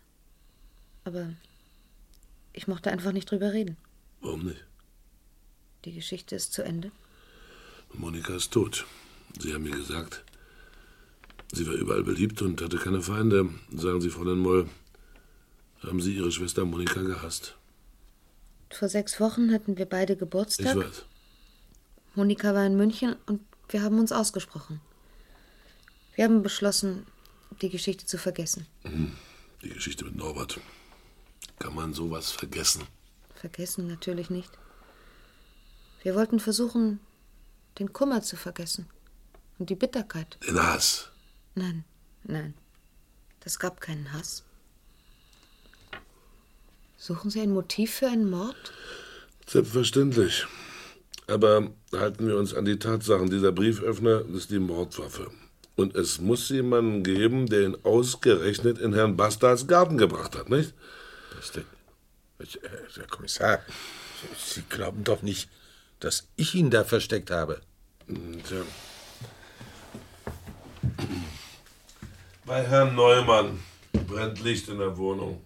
[SPEAKER 9] Aber ich mochte einfach nicht drüber reden.
[SPEAKER 4] Warum nicht?
[SPEAKER 9] Die Geschichte ist zu Ende.
[SPEAKER 4] Monika ist tot. Sie haben mir gesagt, sie war überall beliebt und hatte keine Feinde. Sagen Sie, Fräulein Moll, haben Sie Ihre Schwester Monika gehasst?
[SPEAKER 9] Vor sechs Wochen hatten wir beide
[SPEAKER 4] Ich
[SPEAKER 9] Geburtstag.
[SPEAKER 4] weiß.
[SPEAKER 9] Monika war in München und wir haben uns ausgesprochen. Wir haben beschlossen, die Geschichte zu vergessen.
[SPEAKER 4] Hm, Die Geschichte mit Norbert. Kann man sowas vergessen?
[SPEAKER 9] Vergessen natürlich nicht. Wir wollten versuchen, den Kummer zu vergessen. Und die Bitterkeit.
[SPEAKER 4] Den Hass.
[SPEAKER 9] Nein, nein. Das gab keinen Hass. Suchen Sie ein Motiv für einen Mord?
[SPEAKER 4] Selbstverständlich. Aber halten wir uns an die Tatsachen. Dieser Brieföffner ist die Mordwaffe. Und es muss jemanden geben, der ihn ausgerechnet in Herrn Bastards Garten gebracht hat, nicht?
[SPEAKER 3] Herr Kommissar, Sie glauben doch nicht, dass ich ihn da versteckt habe.
[SPEAKER 4] Tja. Bei Herrn Neumann brennt Licht in der Wohnung.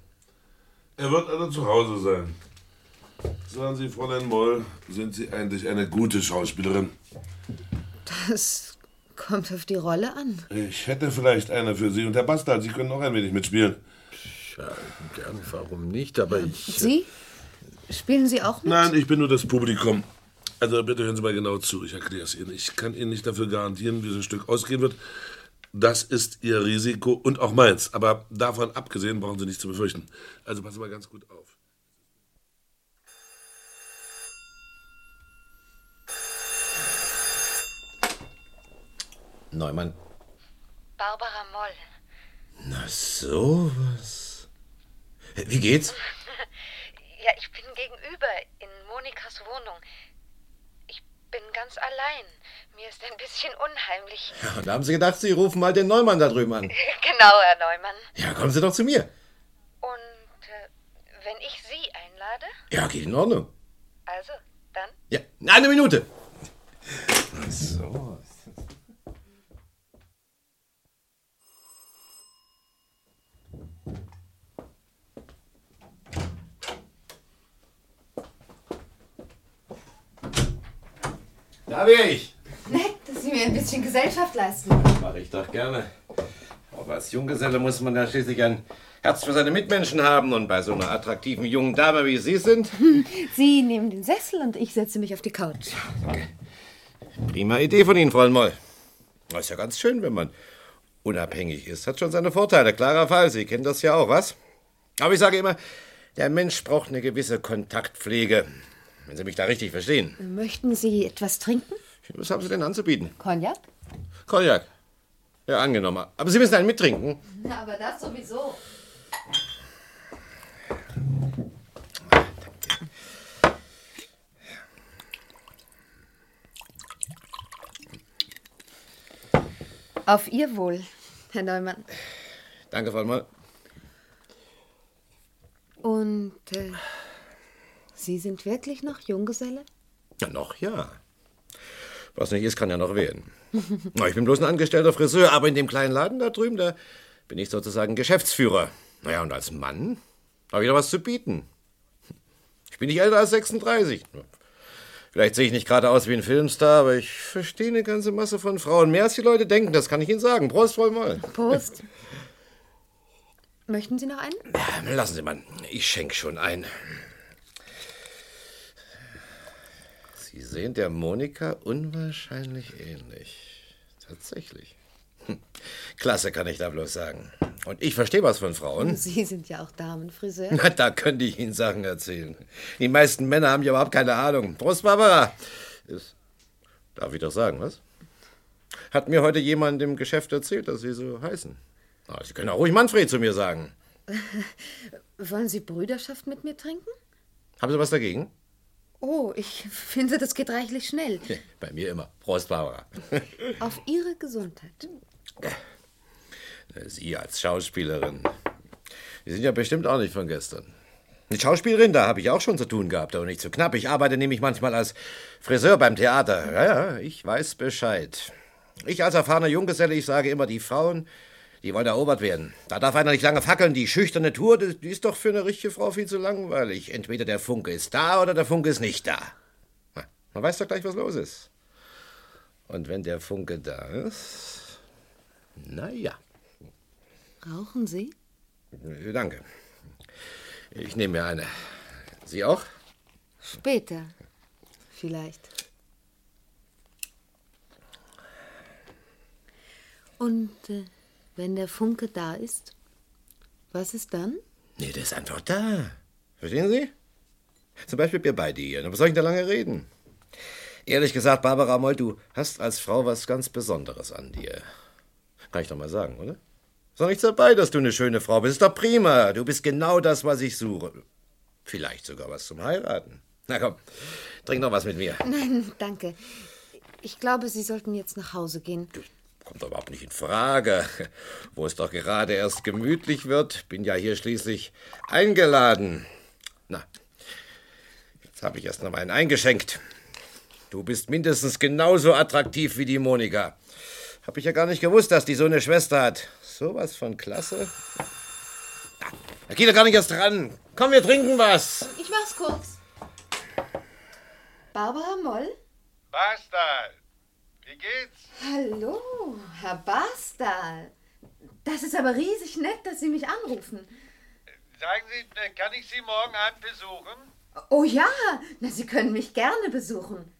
[SPEAKER 4] Er wird also zu Hause sein. Sagen Sie, Fräulein Moll, sind Sie eigentlich eine gute Schauspielerin?
[SPEAKER 9] Das kommt auf die Rolle an.
[SPEAKER 4] Ich hätte vielleicht eine für Sie und Herr Bastard, Sie können auch ein wenig mitspielen.
[SPEAKER 3] Ja, gern, warum nicht? Aber ich.
[SPEAKER 9] Sie? Spielen Sie auch mit?
[SPEAKER 4] Nein, ich bin nur das Publikum. Also bitte hören Sie mal genau zu, ich erkläre es Ihnen. Ich kann Ihnen nicht dafür garantieren, wie so ein Stück ausgehen wird. Das ist Ihr Risiko und auch meins. Aber davon abgesehen brauchen Sie nichts zu befürchten. Also passen Sie mal ganz gut auf.
[SPEAKER 13] Neumann.
[SPEAKER 16] Barbara Moll.
[SPEAKER 13] Na sowas. Wie geht's?
[SPEAKER 16] Ja, ich bin gegenüber in Monikas Wohnung. Ich bin ganz allein. Mir ist ein bisschen unheimlich.
[SPEAKER 13] Ja, da haben Sie gedacht, Sie rufen mal den Neumann da drüben an.
[SPEAKER 16] genau, Herr Neumann.
[SPEAKER 13] Ja, kommen Sie doch zu mir.
[SPEAKER 16] Und äh, wenn ich Sie einlade?
[SPEAKER 13] Ja, geht in Ordnung.
[SPEAKER 16] Also, dann?
[SPEAKER 13] Ja, eine Minute. So. Da bin ich.
[SPEAKER 17] Nett, dass Sie mir ein bisschen Gesellschaft leisten.
[SPEAKER 13] Mache ich doch gerne. Aber als Junggeselle muss man ja schließlich ein Herz für seine Mitmenschen haben. Und bei so einer attraktiven jungen Dame wie Sie sind.
[SPEAKER 17] Sie nehmen den Sessel und ich setze mich auf die Couch.
[SPEAKER 13] Prima Idee von Ihnen, Fräulein Moll. Das ist ja ganz schön, wenn man unabhängig ist. Hat schon seine Vorteile. Klarer Fall, Sie kennen das ja auch, was? Aber ich sage immer, der Mensch braucht eine gewisse Kontaktpflege. Wenn Sie mich da richtig verstehen.
[SPEAKER 17] Möchten Sie etwas trinken?
[SPEAKER 13] Was haben Sie denn anzubieten?
[SPEAKER 17] Cognac?
[SPEAKER 13] Cognac. Ja, angenommen. Aber Sie müssen einen mittrinken.
[SPEAKER 17] Na, aber das sowieso.
[SPEAKER 9] Auf Ihr Wohl, Herr Neumann.
[SPEAKER 13] Danke, Frau Moll.
[SPEAKER 9] Und äh, Sie sind wirklich noch Junggeselle?
[SPEAKER 13] Ja, noch ja. Was nicht ist, kann ja noch werden. Na, Ich bin bloß ein angestellter Friseur, aber in dem kleinen Laden da drüben, da bin ich sozusagen Geschäftsführer. Naja, und als Mann habe ich da was zu bieten. Ich bin nicht älter als 36. Vielleicht sehe ich nicht gerade aus wie ein Filmstar, aber ich verstehe eine ganze Masse von Frauen. Mehr als die Leute denken, das kann ich Ihnen sagen. Prost, Frau Moll.
[SPEAKER 9] Prost. Möchten Sie noch einen?
[SPEAKER 13] Lassen Sie mal, ich schenke schon ein. Sie sehen der Monika unwahrscheinlich ähnlich. Tatsächlich. Hm. Klasse kann ich da bloß sagen. Und ich verstehe was von Frauen.
[SPEAKER 9] Sie sind ja auch Damenfriseur.
[SPEAKER 13] Na, da könnte ich Ihnen Sachen erzählen. Die meisten Männer haben ja überhaupt keine Ahnung. Prost, Barbara. Ist, darf ich doch sagen, was? Hat mir heute jemand im Geschäft erzählt, dass Sie so heißen. Ah, Sie können auch ruhig Manfred zu mir sagen.
[SPEAKER 9] Wollen Sie Brüderschaft mit mir trinken?
[SPEAKER 13] Haben Sie was dagegen?
[SPEAKER 9] Oh, ich finde, das geht reichlich schnell.
[SPEAKER 13] Bei mir immer. Prost, Barbara.
[SPEAKER 9] Auf Ihre Gesundheit.
[SPEAKER 13] Äh, Sie als Schauspielerin. Sie sind ja bestimmt auch nicht von gestern. Mit Schauspielerin, da habe ich auch schon zu tun gehabt, aber nicht zu knapp. Ich arbeite nämlich manchmal als Friseur beim Theater. Ja, ja, ich weiß Bescheid. Ich als erfahrener Junggeselle, ich sage immer, die Frauen, die wollen erobert werden. Da darf einer nicht lange fackeln. Die schüchterne Tour, die die ist doch für eine richtige Frau viel zu langweilig. Entweder der Funke ist da oder der Funke ist nicht da. Na, Man weiß doch gleich, was los ist. Und wenn der Funke da ist, na ja.
[SPEAKER 9] Rauchen Sie?
[SPEAKER 13] Äh, Danke. Ich nehme mir eine. Sie auch?
[SPEAKER 9] Später. Vielleicht. Und äh, wenn der Funke da ist, was ist dann?
[SPEAKER 13] Nee, der ist einfach da. Verstehen Sie? Zum Beispiel wir beide hier. Na, Was soll ich denn da lange reden? Ehrlich gesagt, Barbara Moll, du hast als Frau was ganz Besonderes an dir. Kann ich doch mal sagen, oder? Ist doch nichts dabei, dass du eine schöne Frau bist. Ist doch prima. Du bist genau das, was ich suche. Vielleicht sogar was zum Heiraten. Na komm, trink noch was mit mir.
[SPEAKER 9] Nein, danke. Ich glaube, Sie sollten jetzt nach Hause gehen.
[SPEAKER 13] Kommt doch überhaupt nicht in Frage. Wo es doch gerade erst gemütlich wird, bin ja hier schließlich eingeladen. Na, jetzt habe ich erst noch einen eingeschenkt. Du bist mindestens genauso attraktiv wie die Monika. Hab ich ja gar nicht gewusst, dass die so eine Schwester hat. Sowas von klasse. Da geht er gar nicht erst ran. Komm, wir trinken was.
[SPEAKER 17] Ich mach's kurz. Barbara Moll?
[SPEAKER 18] Bastal, wie geht's?
[SPEAKER 17] Hallo, Herr Bastal. Das ist aber riesig nett, dass Sie mich anrufen.
[SPEAKER 18] Sagen Sie, äh, kann ich Sie morgen Abend besuchen?
[SPEAKER 17] Oh ja, na, Sie können mich gerne besuchen.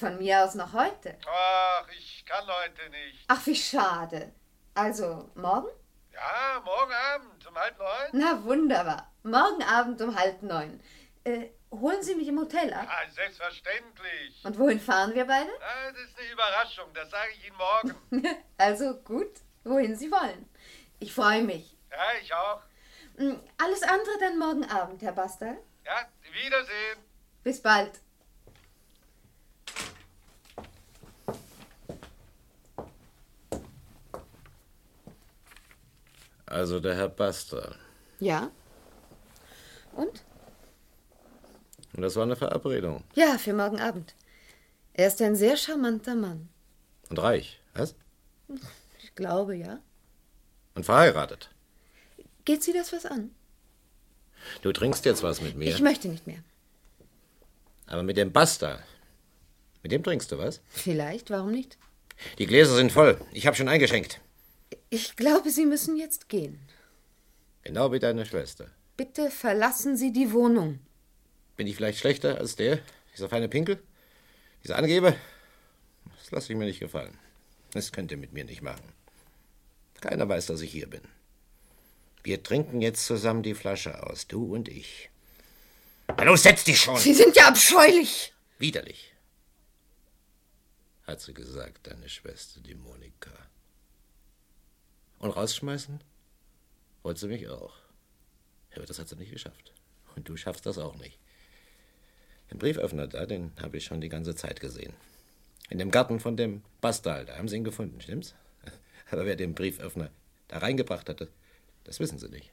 [SPEAKER 17] Von mir aus noch heute.
[SPEAKER 18] Ach, ich kann heute nicht.
[SPEAKER 17] Ach, wie schade. Also, morgen?
[SPEAKER 18] Ja, morgen Abend um halb neun.
[SPEAKER 17] Na, wunderbar. Morgen Abend um halb neun. Äh, holen Sie mich im Hotel ab.
[SPEAKER 18] Ah, selbstverständlich.
[SPEAKER 17] Und wohin fahren wir beide?
[SPEAKER 18] Ah, das ist eine Überraschung, das sage ich Ihnen morgen.
[SPEAKER 17] Also gut, wohin Sie wollen. Ich freue mich.
[SPEAKER 18] Ja, ich auch.
[SPEAKER 17] Mm, Alles andere dann morgen Abend, Herr Bastel.
[SPEAKER 18] Ja, Wiedersehen.
[SPEAKER 17] Bis bald.
[SPEAKER 13] Also der Herr Basta.
[SPEAKER 9] Ja?
[SPEAKER 13] Und das war eine Verabredung.
[SPEAKER 9] Ja, für morgen Abend. Er ist ein sehr charmanter Mann.
[SPEAKER 13] Und reich. Was?
[SPEAKER 9] Ich glaube, ja.
[SPEAKER 13] Und verheiratet.
[SPEAKER 9] Geht Sie das was an?
[SPEAKER 13] Du trinkst jetzt was mit mir.
[SPEAKER 9] Ich möchte nicht mehr.
[SPEAKER 13] aber mit dem Basta. Mit dem trinkst du was?
[SPEAKER 9] Vielleicht, warum nicht?
[SPEAKER 13] Die Gläser sind voll. Ich habe schon eingeschenkt.
[SPEAKER 9] Ich glaube, Sie müssen jetzt gehen.
[SPEAKER 13] Genau wie deine Schwester.
[SPEAKER 9] Bitte verlassen Sie die Wohnung.
[SPEAKER 13] Bin ich vielleicht schlechter als der? Dieser feine Pinkel? Dieser Angeber? Das lasse ich mir nicht gefallen. Das könnt ihr mit mir nicht machen. Keiner weiß, dass ich hier bin. Wir trinken jetzt zusammen die Flasche aus, du und ich. Na los, setz dich schon!
[SPEAKER 9] Sie sind ja abscheulich.
[SPEAKER 13] Widerlich. Hat sie gesagt, deine Schwester, die Monika. Und rausschmeißen? Wollte sie mich auch. Aber das hat sie nicht geschafft. Und du schaffst das auch nicht. Den Brieföffner da, den habe ich schon die ganze Zeit gesehen. In dem Garten von dem Bastal, da haben sie ihn gefunden, stimmt's? Aber wer den Brieföffner da reingebracht hatte, das wissen sie nicht.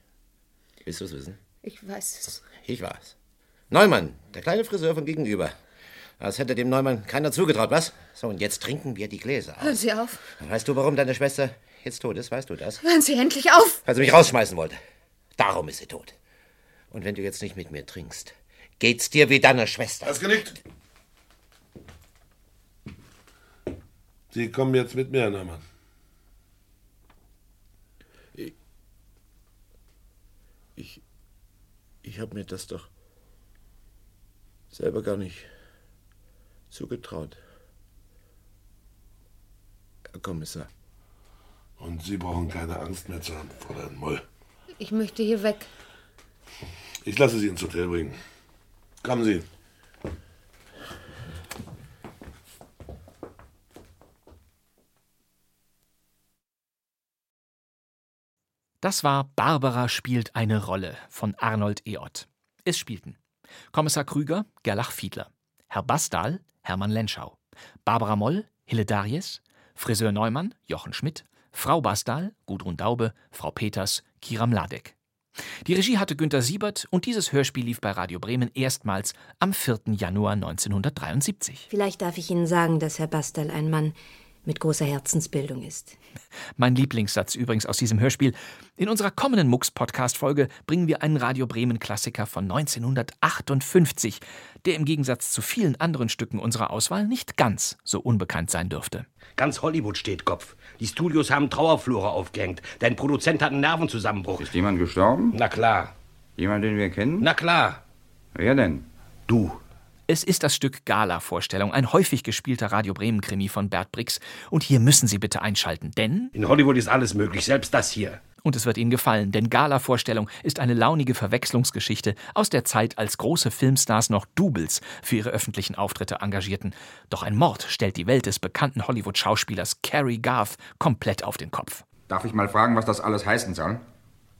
[SPEAKER 13] Willst du es wissen?
[SPEAKER 9] Ich weiß es.
[SPEAKER 13] Ich war's. Neumann, der kleine Friseur von gegenüber. Das hätte dem Neumann keiner zugetraut, was? So, und jetzt trinken wir die Gläser
[SPEAKER 9] Hören
[SPEAKER 13] aus.
[SPEAKER 9] Sie auf.
[SPEAKER 13] Weißt du, warum deine Schwester jetzt tot ist? Weißt du das?
[SPEAKER 9] Hören Sie endlich auf.
[SPEAKER 13] Weil sie mich rausschmeißen wollte. Darum ist sie tot. Und wenn du jetzt nicht mit mir trinkst, geht's dir wie deiner Schwester.
[SPEAKER 4] Hast genickt? Sie kommen jetzt mit mir, Herr Mann.
[SPEAKER 13] Ich habe mir das doch selber gar nicht zugetraut. Herr Kommissar.
[SPEAKER 4] Und Sie brauchen keine Angst mehr zu haben, Fräulein Moll.
[SPEAKER 9] Ich möchte hier weg.
[SPEAKER 4] Ich lasse Sie ins Hotel bringen. Kommen Sie.
[SPEAKER 2] Das war Barbara spielt eine Rolle von Arnold Eott. Es spielten Kommissar Krüger, Gerlach Fiedler, Herr Bastal, Hermann Lenschau, Barbara Moll, Hille Daries, Friseur Neumann, Jochen Schmidt, Frau Bastal, Gudrun Daube, Frau Peters, Kiram Ladek. Die Regie hatte Günter Siebert und dieses Hörspiel lief bei Radio Bremen erstmals am 4. Januar 1973.
[SPEAKER 11] Vielleicht darf ich Ihnen sagen, dass Herr Bastel ein Mann mit großer Herzensbildung ist.
[SPEAKER 2] Mein Lieblingssatz übrigens aus diesem Hörspiel. In unserer kommenden Mux-Podcast-Folge bringen wir einen Radio Bremen-Klassiker von 1958, der im Gegensatz zu vielen anderen Stücken unserer Auswahl nicht ganz so unbekannt sein dürfte.
[SPEAKER 19] Ganz Hollywood steht Kopf. Die Studios haben Trauerflure aufgehängt. Dein Produzent hat einen Nervenzusammenbruch. Ist jemand gestorben? Na klar. Jemand, den wir kennen? Na klar.
[SPEAKER 2] Wer denn? Du. Es ist das Stück Gala-Vorstellung, ein häufig gespielter Radio Bremen-Krimi von Bert Brix. Und hier müssen Sie bitte einschalten, denn.
[SPEAKER 19] In Hollywood ist alles möglich, selbst das hier.
[SPEAKER 2] Und es wird Ihnen gefallen, denn Gala-Vorstellung ist eine launige Verwechslungsgeschichte aus der Zeit, als große Filmstars noch Doubles für ihre öffentlichen Auftritte engagierten. Doch ein Mord stellt die Welt des bekannten Hollywood-Schauspielers Cary Garth komplett auf den Kopf.
[SPEAKER 20] Darf ich mal fragen, was das alles heißen soll?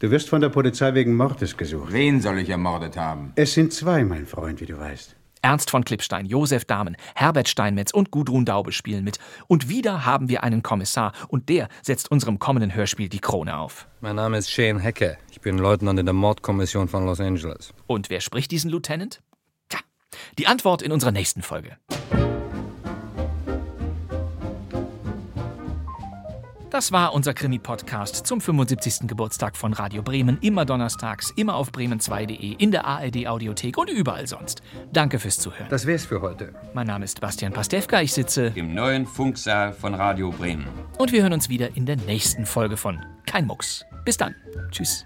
[SPEAKER 21] Du wirst von der Polizei wegen Mordes gesucht.
[SPEAKER 20] Wen soll ich ermordet haben?
[SPEAKER 21] Es sind zwei, mein Freund, wie du weißt.
[SPEAKER 2] Ernst von Klippstein, Josef Dahmen, Herbert Steinmetz und Gudrun Daube spielen mit. Und wieder haben wir einen Kommissar und der setzt unserem kommenden Hörspiel die Krone auf.
[SPEAKER 21] Mein Name ist Shane Hacker. Ich bin Leutnant in der Mordkommission von Los Angeles.
[SPEAKER 2] Und wer spricht diesen Lieutenant? Tja, die Antwort in unserer nächsten Folge. Das war unser Krimi-Podcast zum 75. Geburtstag von Radio Bremen. Immer donnerstags, immer auf bremen2.de, in der ARD-Audiothek und überall sonst. Danke fürs Zuhören.
[SPEAKER 21] Das wär's für heute.
[SPEAKER 2] Mein Name ist Bastian Pastewka. Ich sitze
[SPEAKER 20] Im neuen Funksaal von Radio Bremen.
[SPEAKER 2] und wir hören uns wieder in der nächsten Folge von Kein Mucks. Bis dann. Tschüss.